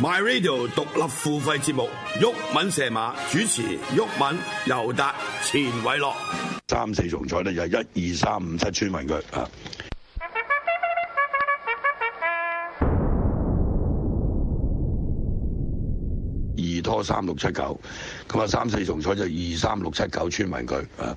My Radio 獨立付費節目，毓民射馬主持，毓民、尤達、錢偉樂。三四重彩咧就係一二三五七村民佢啊。二拖三六七九，咁啊三四重彩就二三六七九村民佢啊。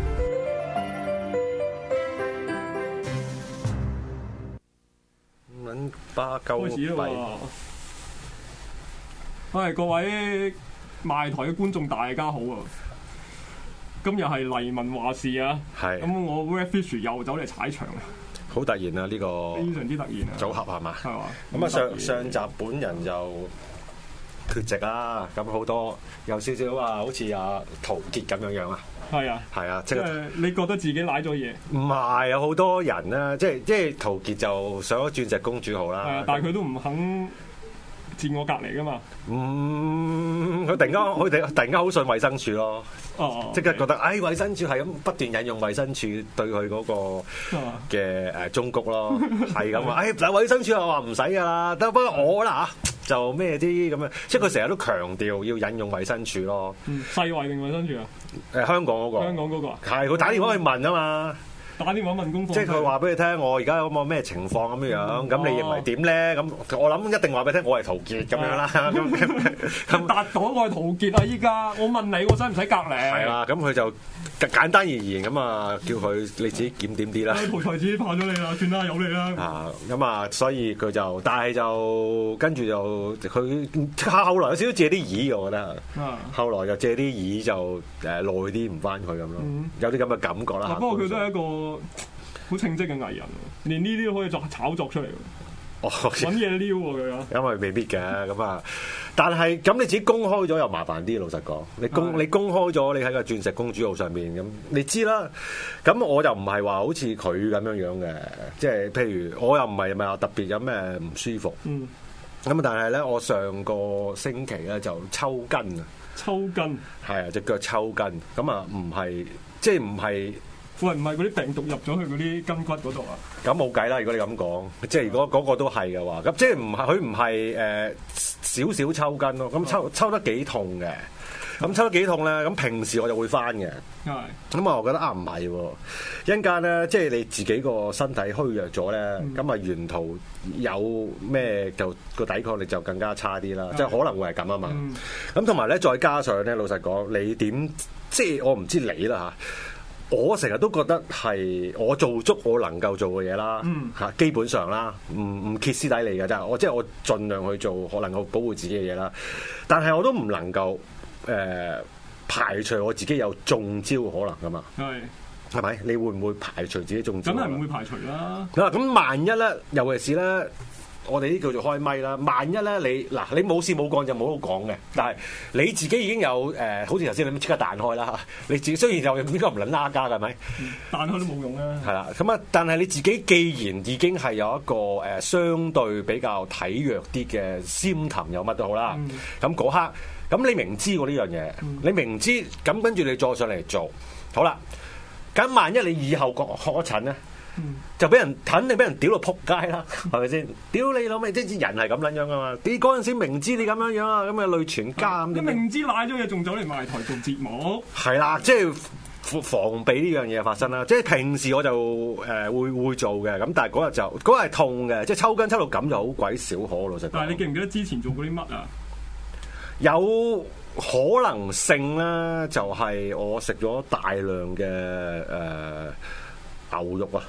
撚巴鳩開始啦幣，喎！唉，各位賣台嘅觀眾大家好啊！今日係黎民話事啊！係咁我 Red Fish 又走嚟踩場啊，好突然啊！呢個非常之突然啊！組合係嘛？係嘛？咁啊，上上集本人就缺席啦，咁好多有少少啊，好似啊陶傑咁樣樣啊，係啊，係啊，即即係係你覺得自己舐咗嘢，唔係有好多人啦，即係即係陶傑就上咗鑽石公主號係啊啦，，但係佢都唔肯自我隔離噶嘛。嗯，佢突然間佢突然間好信衛生署咯，哦，即刻覺得唉衛生署係咁不斷引用衛生署對佢嗰個。啊嘅誒中谷咯， 係咁啊！誒嗱，衞生署又話唔使噶啦，得不過我啦嚇就咩啲咁樣，即係佢成日都強調要引用衞生署咯。嗯世衛定衞生署啊？誒香港嗰個香港嗰個啊，哦係佢打電話去問啊嘛，打電話問功課，即係佢話俾你聽，我而家有冇咩情況咁樣樣，嗯咁哦你認為點咧？咁我諗一定話俾你聽，我係陶傑咁 樣啦，咁佢咁。達到我係陶傑啊！依家我問你，我使唔使隔離？係啊啦，咁佢就簡單而言咁啊，叫佢你自己檢點啲啦。唉，陶才子怕咗你啦，算啦，由你啦。啊，咁啊，所以佢就，但係就跟住就佢後來有少少借啲耳，我覺得。啊！後來又借啲耳就誒耐啲唔翻佢咁咯，有啲咁嘅感覺啦。嗯啊不過佢都係係一個好稱職嘅藝人，連呢啲都可以作炒作出嚟喎，揾哦，嘢撩喎佢啊！ 因為未必嘅咁啊，但係咁你自己公開咗又麻煩啲，老實講，你公係你公開咗，你喺個鑽石公主號上面咁，你知啦。咁我就唔係話好似佢咁樣樣嘅，即係譬如我又唔係咪話特別有咩唔舒服。嗯，咁但係咧，我上個星期咧就抽筋啊，抽筋，係啊，隻腳抽筋，咁啊唔係，即係唔係，喂，唔係嗰啲病毒入咗去嗰啲筋骨嗰度啊？咁冇計啦。如果你咁講，即係如果嗰個都係嘅話，咁即係唔係佢唔係誒少少抽筋咯，咁抽抽得幾痛嘅，咁抽得幾痛咧，咁平時我就會翻嘅。係，咁啊，我覺得啊唔係喎，一陣間咧，即係你自己個身體虛弱咗咧，咁啊、沿途有咩就個抵抗力就更加差啲啦，即係可能會係咁啊嘛。嗯，咁同埋咧，再加上咧，老實講，你點即係我唔知你啦嚇。我成日都覺得係我做足我能夠做嘅嘢啦，嚇、基本上啦，唔唔歇斯底里嘅啫。我即係我盡量去做可能我保護自己嘅嘢啦，但係我都唔能夠誒、呃排除我自己有中招可能噶嘛，係，係咪？你會唔會排除自己中招梗可能？係唔會排除啦。嗱，咁啊萬一咧，尤其是咧，我哋呢叫做開咪啦。萬一咧，你嗱你冇事冇幹就冇好講嘅，但係你自己已經有誒、呃好似頭先你咁即刻彈開啦，你自己雖然又應該唔撚拉家㗎，係咪？彈開都冇用啦。係啦，咁啊，但係你自己既然已經係有一個誒、呃相對比較體弱啲嘅先談有乜都好啦，咁嗰、刻，咁你明知我呢樣嘢，你明知，咁跟住你再上嚟做，好啦，咁萬一你以後確確診咧？就俾人肯定俾人屌到撲街啦，係咪先？屌你老味，即係人係咁撚樣噶嘛？你嗰陣時明知你咁樣樣啊，咁啊累全家咁你點明知賴咗嘢，仲走嚟賣台做節目，係啦，即係防防備呢樣嘢發生啦。即係平時我就誒、呃、會會做嘅，咁但係嗰日就嗰日係痛嘅，即係抽筋抽到咁就好鬼少可，老實但係你記講。唔記得之前做過啲乜啊？有可能性啦，就係我食咗大量嘅誒、呃牛肉啊，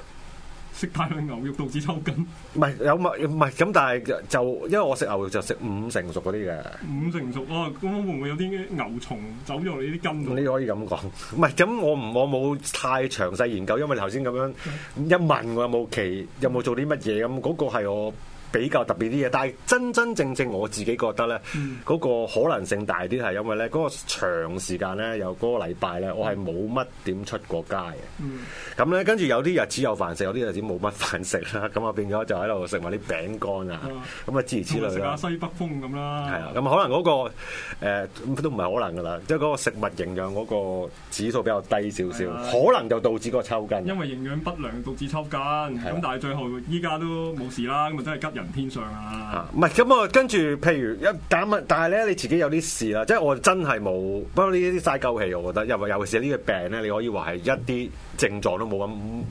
食大量牛肉導致抽筋，唔係有麥唔係咁，但係就因為我食牛肉就食五成熟嗰啲嘅。五成熟啊！咁會唔會有啲牛蟲走咗你啲筋度？嗯你可以咁講， 唔係咁我唔我冇太詳細研究，因為頭先咁樣一問我有冇期有冇做啲乜嘢咁，嗰、個係我比較特別啲嘢。但係真真正正我自己覺得咧，嗰、個可能性大啲係因為咧嗰、個長時間咧，有嗰個禮拜咧，我係冇乜點出過街嘅。咁咧，跟住有啲日子有飯食，有啲日子冇乜飯食啦。咁啊變咗就喺度食埋啲餅乾啊嗯，咁啊諸如此同埋類食下啦。西北風咁啦，係啊，咁可能嗰、個、呃、都唔係可能噶啦，即係嗰個食物營養嗰個指數比較低少少，係啊可能就導致個抽筋。因為營養不良導致抽筋，咁但係最後依家都冇事啦，咁啊真係吉人天相啊！啊唔係咁啊，跟住譬如一但係但係咧，你自己有啲事啦，即係我真係冇，不過呢啲嘥鳩氣，我覺得，因為尤其是呢個病咧，你可以話係一啲症狀都冇咁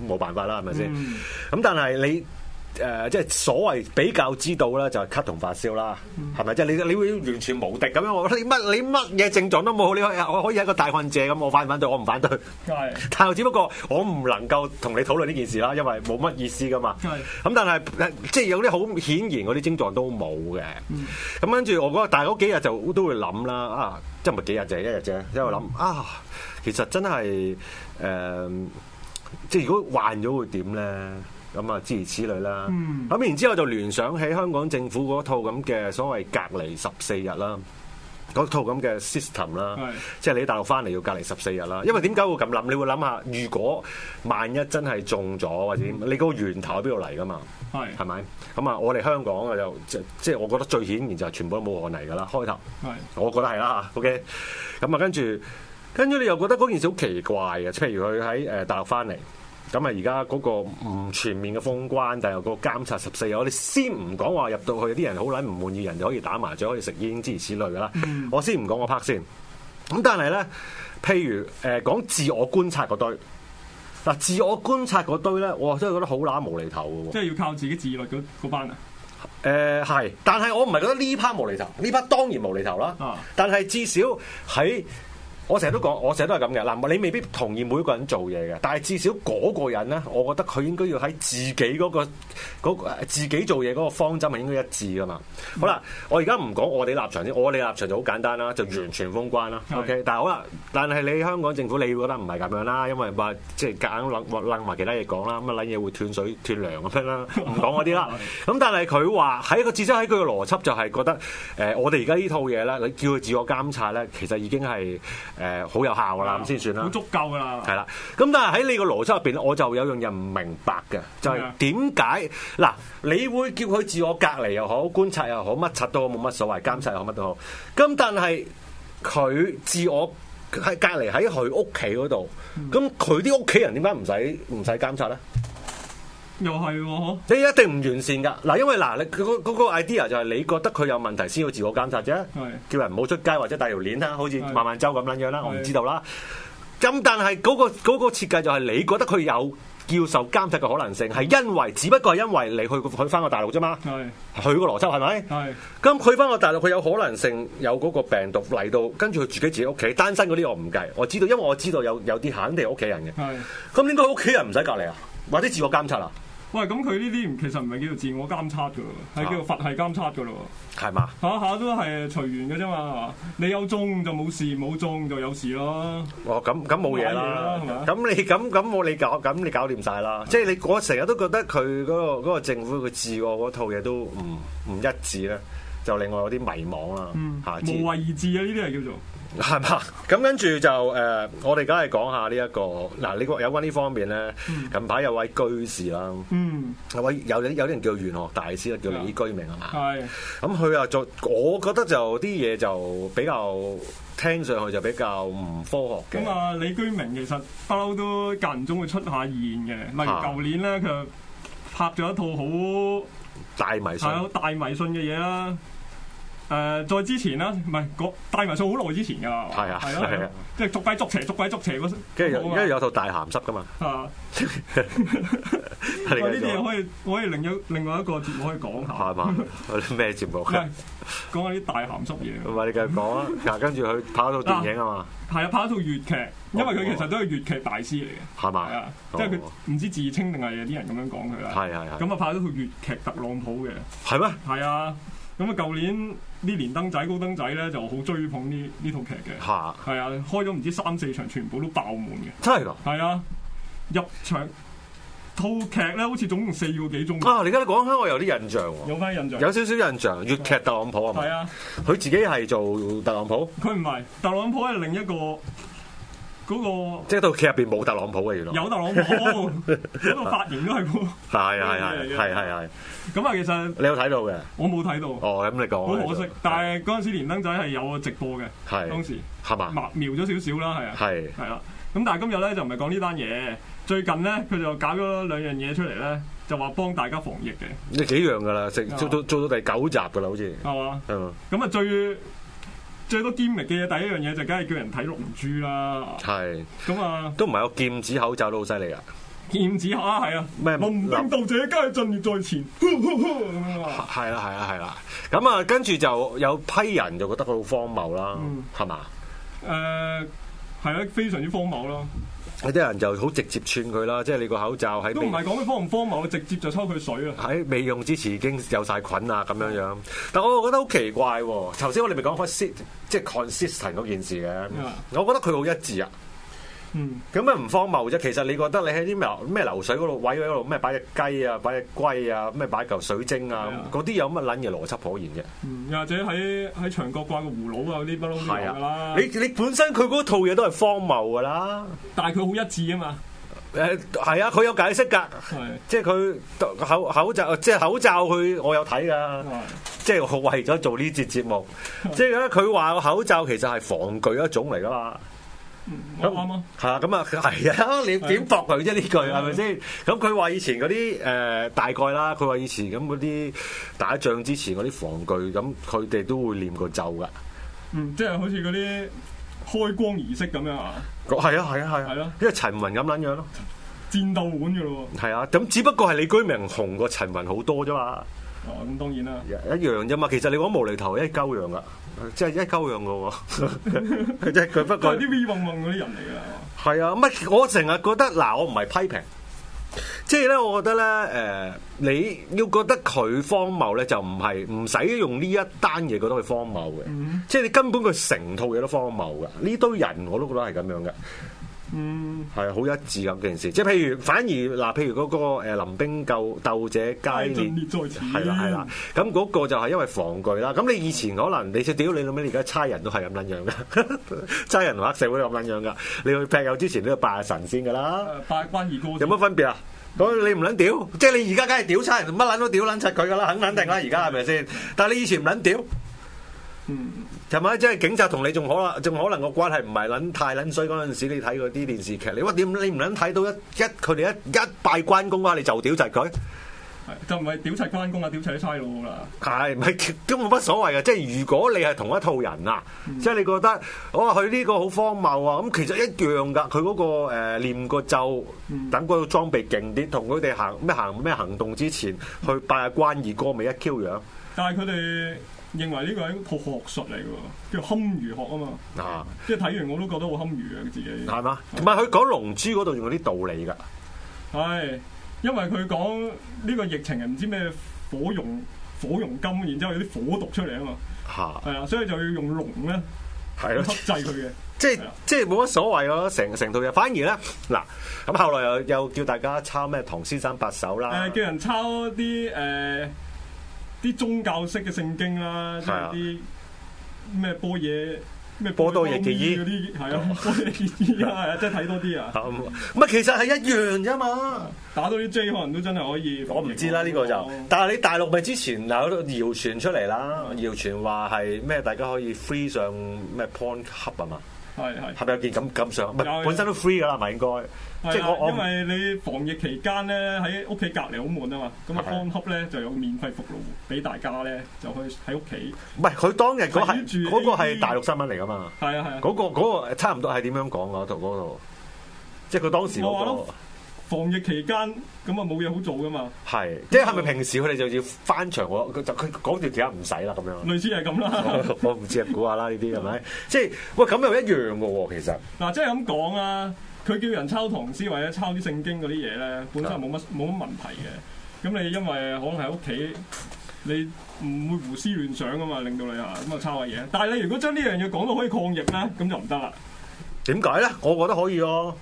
冇辦法啦，係咪先？嗯咁、但係你。誒、即係所謂比較知道啦，就係咳同發燒啦，係咪？即係你你會完全無敵咁樣，我你乜你乜嘢症狀都冇，你可以我可以係一個大患者咁，我反唔反對？我唔反對。係 但係只不過我唔能夠同你討論呢件事啦，因為冇乜意思噶嘛。係咁但係即係有啲好顯然嗰啲症狀都冇嘅。咁跟住我嗰但係嗰幾日就都會諗啦，啊，即係唔係幾日啫，一日啫，因為諗啊，其實真係誒、即係如果患咗會點咧？咁啊，諸如此類啦。嗯咁、然之後就聯想起香港政府嗰套咁嘅所謂隔離十四日啦，嗰套咁嘅 system 啦。係即係你喺大陸翻嚟要隔離十四日啦。因為點解會咁諗？你會諗下，如果萬一真係中咗或者點嗯你嗰個源頭喺邊度嚟噶嘛？係係咪？咁啊，我哋香港啊就即即係我覺得最顯然就係全部都武漢嚟㗎啦。開頭係我覺得係啦嚇，OK。咁啊，跟住跟住你又覺得嗰件事好奇怪嘅，譬如佢喺誒大陸翻嚟。咁啊，而家嗰個唔全面嘅封關，但係有個監察十四日，我哋先唔講話入到去啲人好撚唔滿意，人就可以打麻雀，可以食煙之如此類㗎啦。我先唔講我 part 先。咁但係咧，譬如誒、呃、講自我觀察嗰堆，嗱自我觀察嗰堆咧，我真係覺得好乸無厘頭嘅喎即。係要靠自己自律嗰嗰班啊！誒呃係、但係我唔係覺得呢 part 無厘頭，呢 part 當然無厘頭啦。啊但係至少喺我成日都講，我成日都係咁嘅。嗱，你未必同意每一個人做嘢嘅，但係至少嗰個人咧，我覺得佢應該要喺自己嗰、個嗰個自己做嘢嗰個方針係應該一致噶嘛。好啦，我而家唔講我哋立場先，我哋立場就好簡單啦，就完全封關啦。係 OK，但係好啦，但係你香港政府你會覺得唔係咁樣啦，因為話即係夾硬楞楞埋其他嘢講啦，咁啊撚嘢會斷水斷糧咁樣啦，唔講嗰 啲啦。咁但係佢話喺個至少喺佢嘅邏輯就係覺得誒、呃我哋而家呢套嘢咧，你叫佢自我監察咧，其實已經係誒好有效噶啦，咁先算啊好啦。足夠㗎啦，係啦，咁但係喺你個邏輯入邊咧，我就有樣嘢唔明白嘅，就係咩啊點解嗱，你會叫佢自我隔離又好，觀察又好，乜柒都好，冇乜所謂，監察又好，乜都好。咁但係佢自我喺隔離喺佢屋企嗰度，嗯咁佢啲屋企人點解唔使唔使監察咧？又係喎，你一定唔完善㗎嗱，因為嗱，你嗰嗰嗰個 idea 就係你覺得佢有問題先要自我監察啫。係叫人唔好出街或者帶條鏈啦，好似係慢慢周咁樣樣啦，我唔係知道啦。咁但係嗰、個嗰、個設計就係你覺得佢有要受監察嘅可能性，係因為只不過係因為你去去翻個大陸啫嘛，佢係個邏輯係咪？係咁佢翻個大陸，佢有可能性有嗰個病毒嚟到，跟住佢自己自己屋企單身嗰啲我唔計，我知道，因為我知道有有啲肯定係屋企人嘅。係。咁應該屋企人唔使隔離啊，或者自我監察啊，喂，咁佢呢啲唔其實唔係叫做自我監測噶喎，啊係叫做佛系監測噶咯係嘛？喎，下下都係隨緣嘅啫嘛。你有中就冇事，冇中就有事咯。哦，咁咁冇嘢啦冇嘢啦係嘛。咁你咁咁我你搞咁你搞掂晒啦。即係你我成日都覺得佢嗰、個嗰個政府嘅治我嗰套嘢都唔唔一致咧，就令我有啲迷茫啦。嗯，下次無為而治啊，呢啲係叫做 係嘛？咁跟住就誒、呃我哋梗係講下呢、一個嗱，你個有關呢方面咧，近排有位居士啦，嗯有位有有啲人叫玄學大師啦，叫李居明啊嘛。係咁佢又做，我覺得就啲嘢就比較聽上去就比較唔科學嘅咁。啊。李居明其實不嬲都間唔中會出下現嘅，例如啊舊年咧佢拍咗一套好。大迷信係啊，大迷信嘅嘢啦。誒、再之前啦，唔係嗰大迷信好耐之前㗎，係啊係咯係係啊啊，即係捉雞捉邪，捉雞捉邪嗰跟住有嗰套啊跟住有套大鹹濕噶嘛，啊，你喂呢繼啲嘢續啊可以可以另一另外一個節目可以講下，係 嘛？咩節目啊唔係講下啲大鹹濕嘢。唔係你繼續講啊！嗱，跟住佢拍一套電影啊嘛，係啊，拍一套粵劇，因為佢其實都係粵劇大師嚟嘅，係係嘛啊？，即係佢哦唔知自稱定係有啲人咁樣講佢啦。係係係咁啊，拍咗套粵劇特朗普嘅，係咩？係啊。咁啊，舊年呢連登仔高登仔咧就好追捧呢呢套劇嘅，嚇！係啊，開咗唔知三四場，全部都爆滿嘅，真係㗎！係啊，入場套劇咧好似總共四個幾鐘，啊！你而家講開，我有啲印象喎，有翻印象？有少少印象。粵劇特朗普係係咪？啊。佢自己係做特朗普，佢唔係特朗普係另一個嗰、即係套劇入邊冇特朗普嘅原來個。有 特朗普嗰個髮型都係嗰係係係係係係，個咁啊。其實你有睇到嘅？我冇睇到，哦，咁你講好啊。可惜。但係嗰陣時連登仔係有直播嘅，係啊當時係嘛？描描咗少少啦，係啊，係係啦。咁但係今日咧就唔係講呢單嘢，最近咧佢就搞咗兩樣嘢出嚟咧，就話幫大家防疫嘅，你幾樣㗎啦？成啊做到做到第九集㗎啦，好似嗯係嘛？係嘛？咁啊最最多 g 力嘅嘢，第一樣嘢就梗係叫人睇龍珠啦。係咁啊，都唔係有劍指口罩都好犀利㗎。啊劍指下係啊，咩民兵道者皆陣列在前，咁樣啊。係啦，係啦，係啦。咁啊，跟住就有批人就覺得佢好荒謬啦嗯，係嘛？誒係啊，非常之荒謬咯，有啲人就好直接串佢啦，即係你個口罩喺都唔係未講佢荒唔荒謬，直接就抽佢水啊！喺未用之前已經有晒菌啊咁樣樣。但我覺得好奇怪喎，頭先我哋咪講開 sit 即係 consistent 嗰件事嘅，我覺得佢好一致啊。嗯，咁咪唔荒謬啫。其實你覺得你喺啲流咩流水嗰度位嗰度咩擺只雞啊，擺只龜啊，咩擺嚿水晶啊係啊，嗰啲有乜撚嘢邏輯可言啫？嗯又或者喺喺牆角掛個葫蘆啊嗰啲不嬲都係有㗎啦啊，你，你本身佢嗰套嘢都係荒謬㗎啦。但係佢好一致啊嘛，誒係啊，佢有解釋㗎，係即係佢口口罩，即係口罩佢我有睇㗎，係即係我為咗做呢節節 目，即係咧佢話個口罩其實係防具一種嚟㗎嘛。我啱啊，係啊，咁啊係 啊，你點駁佢啫呢句係啊咪先？咁佢話以前嗰啲誒大概啦，佢話以前咁嗰啲打仗之前嗰啲防具，咁佢哋都會念個咒㗎。嗯，即係好似嗰啲開光儀式咁樣啊，係啊係啊係係咯啊，因為陳雲咁撚樣咯，戰鬥碗㗎咯喎，係啊，咁只不過係李居明紅過陳雲好多啫嘛。哦咁當然啦，一樣啫嘛，其實你講無厘頭一鳩樣噶，即係一鳩樣噶喎，即 係佢不都係過啲 V 蹦蹦嗰啲人嚟㗎啦，係啊，乜我成日覺得嗱，我唔係批評，即係咧，我覺得咧，誒、你要覺得佢荒謬咧，就唔係唔使用呢一單嘢覺得佢荒謬嘅，即係你根本佢成套嘢都荒謬噶，呢堆人我都覺得係咁樣嘅。嗯，係啊好一致咁件事，即係譬如反而嗱，譬如嗰個誒臨兵鬥鬥者佳皆烈陣列在前，係啦係啦，咁嗰個就係因為防具啦。咁你以前可能你屌你老味，你而家差人都係咁撚樣噶， 差人同黑社會都咁撚樣噶。你去劈友之前都要拜下神先噶啦，誒八啊關二哥有乜分別啊？咁你唔撚屌，即係你而家梗係屌差人，乜撚都屌撚柒佢噶啦，肯撚定啦，而家係咪先？但係你以前唔撚屌。嗯係咪？即係警察同你仲可能仲可能個關係唔係撚太撚衰嗰陣時，你睇嗰啲電視劇，你話點？你唔撚睇到一一佢哋一一拜關公啊，你就屌窒佢？係就唔係屌柒關公啊，屌柒啲差佬好啦，係唔係都冇乜所謂嘅？即係如果你係同一套人啊，嗯即係你覺得哦佢呢個好荒謬啊，咁其實一樣㗎。佢嗰、個誒、呃、念個咒，嗯等嗰個裝備勁啲，同佢哋行咩行咩行動之前嗯去拜下關二哥咪一 Q 樣但係佢哋認為呢個係一套學術嚟嘅喎，叫堪輿學啊嘛。啊？即係睇完我都覺得好堪輿啊，自己係嘛？同埋佢講龍珠嗰度仲有啲道理㗎。係因為佢講呢個疫情係唔知咩火熔火熔金，然之後有啲火毒出嚟啊嘛，嚇，係啊，所以就要用龍咧係去咯，克制佢嘅。即係係啊即係冇乜所謂咯，成成套嘢。反而咧，嗱咁後來又又叫大家抄咩唐先生八首誒、啦，呃叫人抄啲誒啲宗教式嘅聖經啦，即係啊係啲咩波嘢。咩波多野結衣嗰啲係 啊，波多野結衣啊，係啊，即係睇多啲啊，咁咪其實係一樣啫嘛。打多啲 J 可能都真係可以。我唔知啦，呢個就，哦但係你大陸咪之前嗱有謠傳出嚟啦，謠傳話係咩？大家可以 free 上咩 porn hub 啊嘛，係係。係咪有件咁咁上？唔係有有本身都 free 噶啦，咪應該，即係係我啊，我因為你防疫期間咧喺屋企隔離好悶啊嘛，咁啊係 p o 咧就有免費服務俾大家咧，就可以喺屋企。唔係佢當日嗰係睇住嗰個係 AV 大陸新聞嚟噶嘛，係啊係啊，嗰個嗰個差唔多係點樣講嗰度嗰度，即係佢當時我話嗰咯個防疫期間咁啊冇嘢好做噶嘛，係，即係係咪平時佢哋就要翻牆？我佢就佢嗰段時間唔使啦 咁樣。類似係咁啦。我我唔知啊，估下啦呢啲係咪？即係喂咁又一樣嘅喎，其實嗱，即係咁講啦，佢叫人抄唐詩或者抄啲聖經嗰啲嘢咧，本身係冇啊乜冇乜問題嘅。咁你因為可能喺屋企，你唔會胡思亂想噶嘛，令到你啊咁啊抄下嘢。但係你如果將呢樣嘢講到可以抗疫咧，咁就唔得啦。點解咧？我覺得可以咯。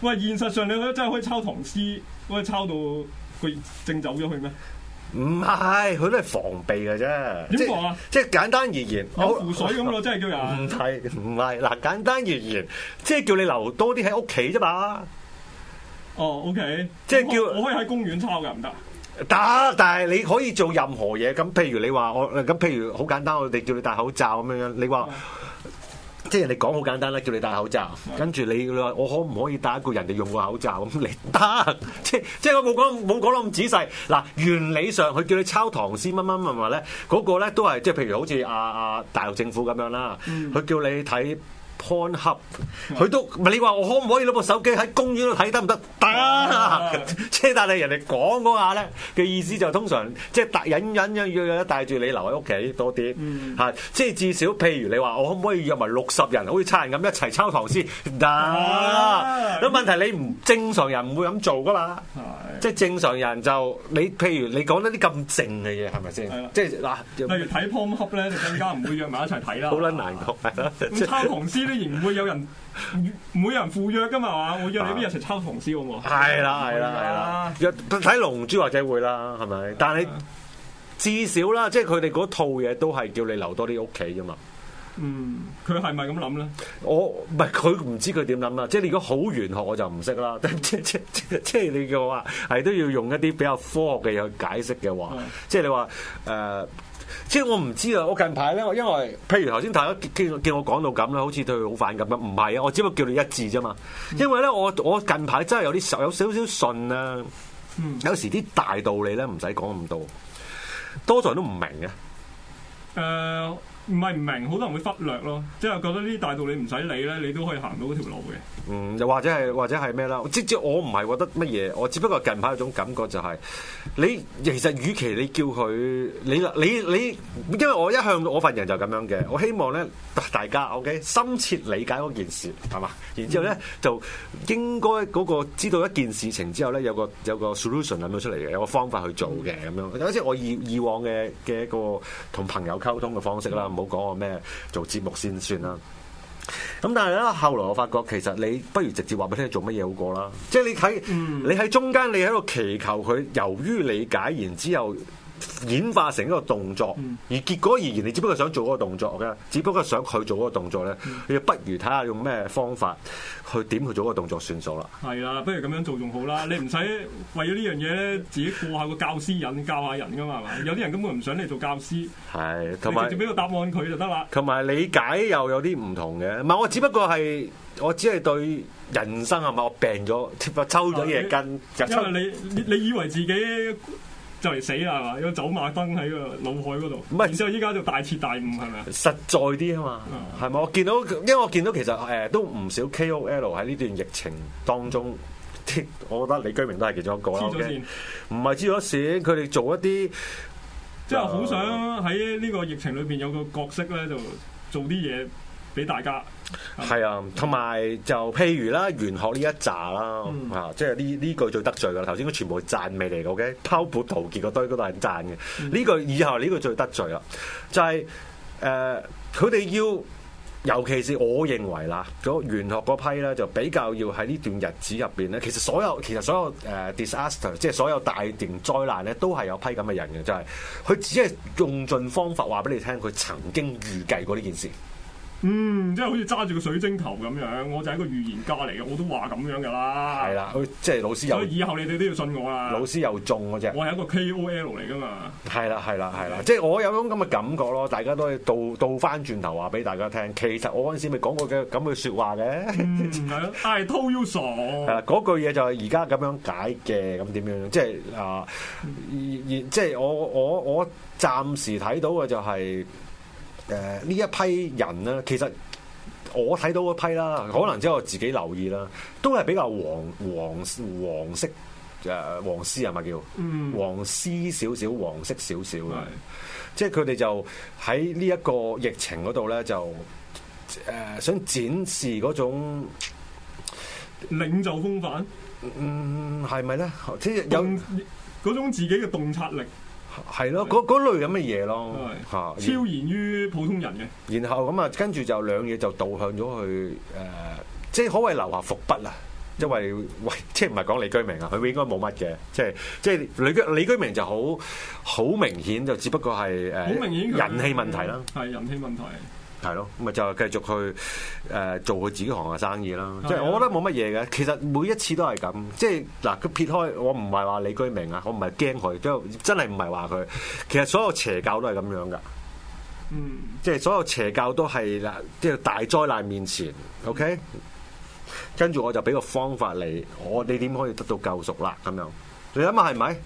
喂，現實上你覺得真係可以抄唐詩，可以抄到佢正走咗去咩？唔係，佢都係防備嘅啫。點講啊即係即係簡單而言，有符水 咁咯，真係叫唔人。係唔係嗱，簡單而言，即係叫你留多啲喺屋企啫嘛。哦，OK，即係叫我可以喺公園抄㗎，唔得。得，但係你可以做任何嘢。咁譬如你話我，咁譬如好簡單，我哋叫你戴口罩咁樣樣。你話即係你講好簡單啦，叫你戴口罩，跟住你話我可唔可以戴一個人哋用個口罩咁？你得， 即即係我冇講冇講得咁仔細。嗱，原理上佢叫你抄唐詩乜乜乜乜咧，嗰、個咧都係即係譬如好似啊啊大陸政府咁樣啦，佢、叫你睇。Pornhub，佢都唔係你話我可唔可以攞部手機喺公園度睇得唔得？得， 即係但係人哋講嗰下咧嘅意思就通常即係帶隱隱約約帶住你留喺屋企多啲嗯嚇，即係至少譬如你話我可唔可以約埋六十人，好似差人咁一齊抄唐詩得？啊咁問題你唔正常人唔會咁做噶嘛。係。即係正常人就你，譬如你講得啲咁靜嘅嘢，係咪係啦先？即係嗱，例如睇 p o m h u b 咧，就更加唔會約埋一齊睇啦。好撚難講，係啦，即咁係抄唐詩咧，仍唔會有 人唔會有人赴約噶嘛？我約你邊日一齊抄唐詩好唔啊好？啊係啦，係啦，係啦。有睇《龍珠》或者會啦，係咪？但係至少啦，即係佢哋嗰套嘢都係叫你留多啲屋企啫嘛。嗯，佢係咪咁諗咧？我唔係佢唔知佢點諗啦，即係你如果好玄學我就唔識啦， 即即即即係你嘅話係都要用一啲比較科學嘅嘢去解釋嘅話嗯，即係你話誒。呃即係我唔知啊！我近排咧，我因為譬如頭先大家見見我講到咁啦，好似對佢好反感咁，唔係啊！我只不過叫你一致啫嘛。因為咧，我我近排真係有啲受有少少信啊，有時啲大道理咧唔使講咁多，多數人都唔明嘅。誒，唔係唔明，好多人會忽略咯，即係覺得呢啲大道理唔使理咧，你都可以行到嗰條路嘅。嗯，又或者係或者係咩啦？即即我唔係覺得乜嘢，我只不過近排有種感覺就係、你其實與其你叫佢你你你，因為我一向我份人就咁樣嘅，我希望咧大家 OK 深切理解嗰件事係嘛，然之後咧就應該嗰、個知道一件事情之後咧有個有個 solution 諗到出嚟嘅，有個方法去做嘅咁樣，好似我以以往嘅嘅一個同朋友溝通嘅方式啦，唔好講我咩做節目先算啦。咁但係咧，後來我發覺其實你不如直接話俾佢聽做乜嘢好過啦。即係你睇，嗯你喺中間你喺度祈求佢，由於理解，然之後演化成一個動作，嗯而結果而言，你只不過想做嗰個動作嘅，只不過想佢做嗰個動作咧，嗯你就不如睇下用咩方法去點佢做嗰個動作算數啦。係啦，不如咁樣做仲好 啦，你唔使為咗呢樣嘢咧，自己過下個教師癮，教下人噶嘛，係咪？有啲人根本唔想你做教師，係，同你直埋接俾個答案佢就得啦。同埋理解又有啲唔同嘅。唔係，我只不過係我只係對人生係咪我病咗，抽咗嘢筋，就抽因為你你你以為自己就嚟死啦，係嘛？有走馬燈喺個腦海嗰度，唔係然之後依家就大徹大悟係咪啊？實在啲啊嘛，嗯係咪？我見到，因為我見到其實誒、呃都唔少 KOL 喺呢段疫情當中。即我覺得李居明都係其中一個啦黐咗 OK？線，唔係黐咗線，佢哋做一啲即係好想喺呢個疫情裏邊有個角色咧，就做啲嘢俾大家。係啊，同埋就譬如啦，玄學呢一紮啦，啊，即係呢呢句最得罪噶啦。頭先佢全部係讚美嚟嘅，OK，拋本陶傑嗰堆嗰度係讚嘅。呢、句以後呢句最得罪啦，就係、誒，佢、哋要，尤其是我認為啦，嗰玄學嗰批咧就比較要喺呢段日子入邊咧，其實所有其實所有誒、disaster，即係呃所有大段災難咧，都係有批咁嘅人嘅，就係、佢只係用盡方法話俾你聽，佢曾經預計過呢件事。嗯，即係好似揸住個水晶球咁樣，我就係一個預言家嚟嘅，我都話咁樣噶啦。係，啦，佢即係老師有所。以以後你哋都要信我啦。老師又中嗰只，我係一個 KOL 嚟噶嘛。係啦係啦係啦，即係我有種咁嘅感覺咯。大家都係倒倒翻轉頭話俾大家聽，其實我嗰陣時咪講過嘅咁嘅説話嘅，嗯，係咯，I told you 傻。係啦嗰句嘢就係而家咁樣解嘅，咁點樣即係啊，而而即係我我我暫時睇到嘅就係誒呢一批人咧，其實。我睇到嗰批啦，可能之後自己留意啦，都係比較黃黃黃色誒、黃絲係咪叫？嗯黃絲少少，黃色少少嘅係，即係佢哋就喺呢一個疫情嗰度咧，就誒、想展示嗰種領袖風範，嗯係咪咧？即係有有嗰種自己嘅洞察力，係咯，嗰嗰類咁嘅嘢咯係嚇。而哦超然於普通人嘅。然後咁啊，跟住就兩嘢就導向咗去誒、呃即係可謂留下伏筆啊！因為喂，即係唔係講李居明啊？佢應該冇乜嘅，即係即係李居李居明就好好明顯，就只不過係誒、好明顯佢人氣問題啦，，係人氣問題。係咯，咪就繼續去誒、呃做佢自己行嘅生意啦。係啊即係我覺得冇乜嘢嘅，其實每一次都係咁，即係嗱，佢撇開我唔係話李居明啊，我唔係驚佢，都真係唔係話佢，其實所有邪教都係咁樣噶。嗯，即係所有邪教都係啦，即係大災難面前，OK。跟住我就俾個方法你，我哋點可以得到救贖啦？咁樣，你諗下係咪？誒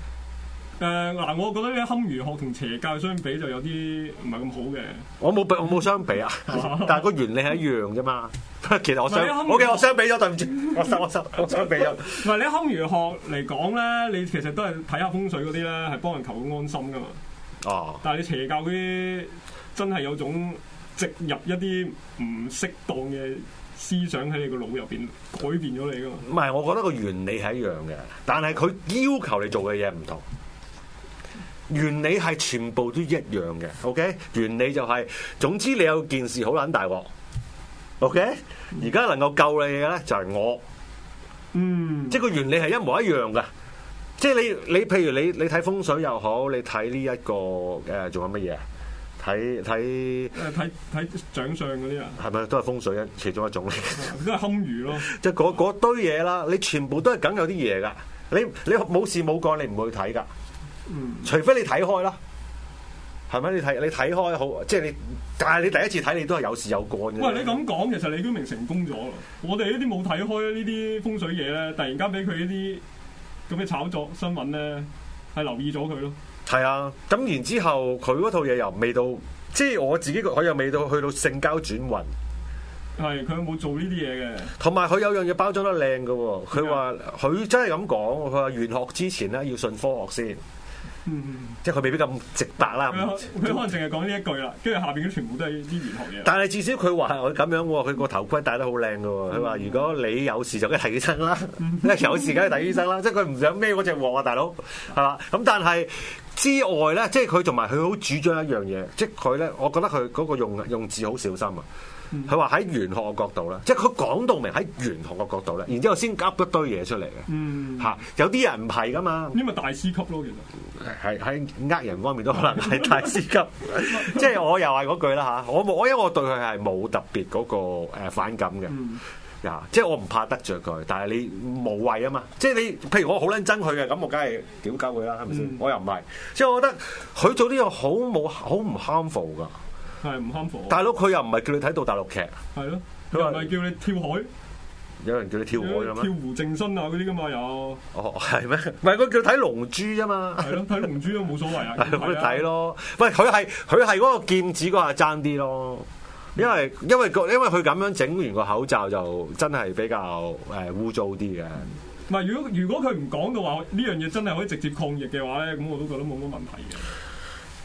嗱，我覺得呢堪輿學同邪教相比就有啲唔係咁好嘅。我冇比我冇相比啊，但係個原理係一樣啫嘛。 其實我相哦唔係啊，OK，我相比咗，對唔住，我收我收，我相比咗。唔係你喺堪輿學嚟講咧，你其實都係睇下風水嗰啲咧，係幫人求個安心噶嘛。哦，但係你邪教嗰啲真係有種植入一啲唔適當嘅思想喺你個腦入邊，改變咗你噶嘛。唔係，我覺得個原理係一樣嘅，但係佢要求你做嘅嘢唔同。原理係全部都一樣嘅，OK？原理就係、總之你有件事好撚大鑊，OK？而家能夠救你嘅咧就係我，嗯，即係個原理係一模一樣嘅。即係你你譬如你你睇風水又好，你睇呢一個誒仲、有乜嘢啊？睇睇誒睇睇掌相嗰啲啊，係咪都係風水其中一種嚟？都係堪輿咯。即係嗰嗰堆嘢啦，你全部都係梗有啲嘢噶。你你冇事冇幹，你唔會去睇噶。嗯除非你睇開啦，係咪？你睇你睇開好，即係你，但係你第一次睇你都係有事有幹嘅。喂，你咁講，其實李居明成功咗咯。我哋呢啲冇睇開呢啲風水嘢咧，突然間俾佢呢啲咁嘅炒作新聞咧，係留意咗佢咯。係啊，咁然之後佢嗰套嘢又未到，即係我自己佢又未到去到性交轉運，係佢有冇做呢啲嘢嘅？同埋佢有樣嘢包裝得靚嘅喎。佢啊話佢真係咁講，佢話玄學之前咧要信科學先，嗯，啊即係佢未必咁直白啦。佢可佢可能淨係講呢一句啦，跟住下邊啲全部都係啲玄學嘢。但係至少佢話佢咁樣喎，佢個頭盔戴得好靚嘅喎。佢話如果你有事就梗係睇醫生啦， 有事梗係睇醫生啦。即係佢唔想孭嗰只鑊啊，大佬係嘛？咁但係之外咧，即係佢同埋佢好主張一樣嘢，即係佢咧，我覺得佢嗰個用用字好小心啊。佢話喺玄學嘅角度咧，即係佢講到明喺玄學嘅角度咧，然之後先噏一堆嘢出嚟嘅嗯，嚇。有啲人唔係噶嘛，呢咪大師級咯，其實。係喺呃人方面都可能係大師級， 即係我又係嗰句啦嚇，我冇我因為我對佢係冇特別嗰個誒反感嘅。嗯呀即係我唔怕得罪佢，但係你無謂啊嘛！即係你，譬如我好撚憎佢嘅，咁我梗係屌鳩佢啦，係咪先嗯？我又唔係，即係我覺得佢做呢樣好冇好唔 harmful 哦噶。係唔堪火，大佬佢又唔係叫你睇到大陸劇，係咯，佢佢話唔係叫你跳海，有人叫你跳海跳嘅咩？湖正身啊嗰啲噶嘛，又 哦，係咩？唔係佢叫你睇龍珠啫嘛。係咯，睇龍珠都冇所謂啊，係咁啊睇。咯。喂，佢係佢係嗰個劍指嗰下爭啲咯。因為因為個因為佢咁樣整完個口罩就真係比較誒污糟啲嘅，唔係，如果如果佢唔講嘅話，呢樣嘢真係可以直接抗疫嘅話咧，咁我都覺得冇乜問題嘅。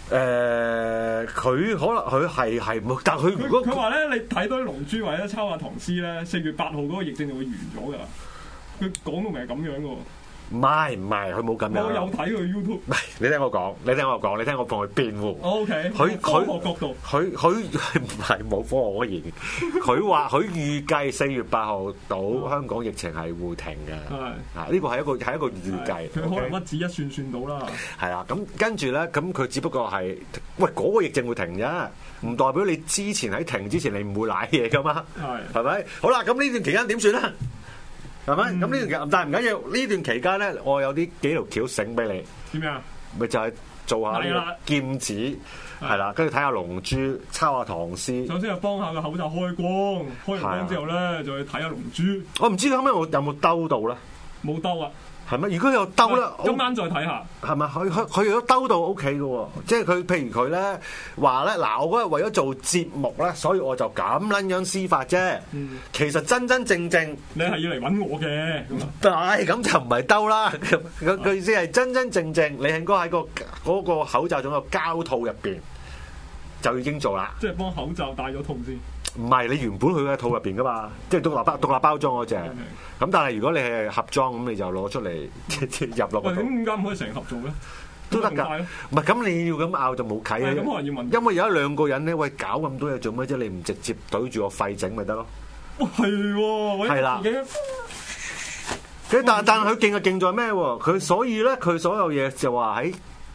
誒、佢可能佢係係冇， 但佢佢如佢果話咧，你睇到啲龍珠或者抄下唐詩咧，四月八號嗰個疫症就會完咗㗎啦。佢講到明係咁樣嘅喎，唔係唔係，佢冇咁我有樣。睇佢 YouTube。唔係你聽我講，你聽我講，你聽我幫佢辯護。 O K，佢科佢學角度，佢佢唔係冇科學可言， 佢話佢預計四月八號到香港疫情係會停嘅。係啊，呢個係一個係一個預計。佢可 OK？能屈指一算算到啦。係啦，咁跟住咧，咁佢只不過係喂嗰、個疫症會停啫，唔代表你之前喺停之前你唔會賴嘢噶嘛，係係咪？好啦，咁呢段期間點算咧？係嗯咪？咁呢、段期間但係唔緊要，呢段期間咧，我有啲幾條橋醒俾你，點樣啊？咪就係、做下係啊呢啦個劍指，係啦，跟住睇下龍珠，抄下唐詩。首先係幫下個口罩開光，啊開完光之後咧就去睇下龍珠，我唔知佢後尾有冇兜到咧，冇兜啊！係咪？如果有兜咧，今晚再睇下，係咪？佢佢佢都兜到屋企嘅喎，即係佢譬如佢咧話咧，嗱，我嗰日為咗做節目咧，所以我就咁撚樣施法啫。嗯其實真真正正，你係要嚟揾我嘅咁啊，唉，咁就唔係兜啦。佢佢意思係真真正正，你應該喺個嗰個口罩仲有個膠套入邊就已經做啦。即係幫口罩戴咗套先。唔係你原本佢嘅套入邊噶嘛，即係獨立包獨立包裝嗰只。嗯咁但係如果你係盒裝咁，你就攞出嚟即即入落個喂，套咁點解唔可以成盒做咧？都得咁咪唔戴㗎啊咯。唔係咁你要咁拗就冇係咁計可啊。能要問。因為有一兩個人咧，喂搞咁多嘢做咩啫？你唔直接對住個肺整咪得咯？哇，係喎，或者係啦自己佢但但佢勁嘅勁在咩喎？佢所以咧，佢所有嘢就話喺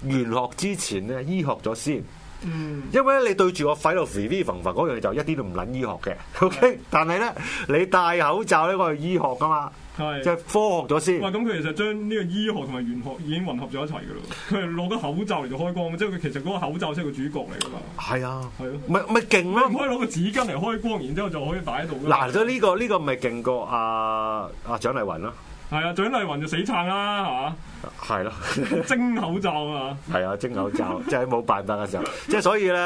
玄學之前咧，醫學咗先。嗯，因為咧，你對住個肺度 v v 焚焚嗰樣嘢就一啲都唔撚醫學嘅，OK？但係咧，你戴口罩呢個係醫學噶嘛，係。即係科學咗先 哇！。咁佢其實將呢個醫學同埋玄學已經混合咗一齊㗎咯。 佢係攞個口罩嚟做開光，即係佢其實嗰個口罩先係個主角嚟㗎嘛。係啊，係咯，咪咪勁你唔咩？可以攞個紙巾嚟開光，然之後就可以擺喺度㗎嘛。嗱，所以呢個呢個咪勁過阿阿蔣麗雲咯，係啊，蔣麗雲就死撐啦，係 嘛？係咯，蒸口罩啊！係啊，蒸口罩， 即係冇辦法嘅時候，即係所以咧，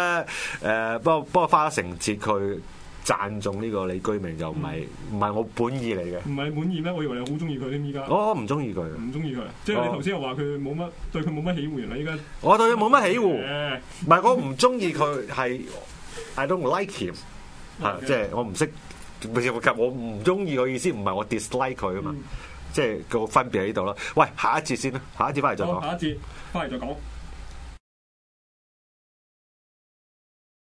誒，不過不過花城節佢讚中呢個李居明就唔係唔係我本意嚟嘅，唔係你滿意咩？我以為你好中意佢添，依家我唔中意佢，唔中意佢，即係你頭先又話佢冇乜對佢冇哦乜喜歡，原來依家我對佢冇乜喜惡，唔誒係我唔中意佢係，I don't like him，係即係我唔識，唔係我唔中意佢意思，唔係我 dislike 佢啊嘛，即係個分別喺呢度咯。喂，下一節先啦，下一節翻嚟再好講。下一節翻嚟再講。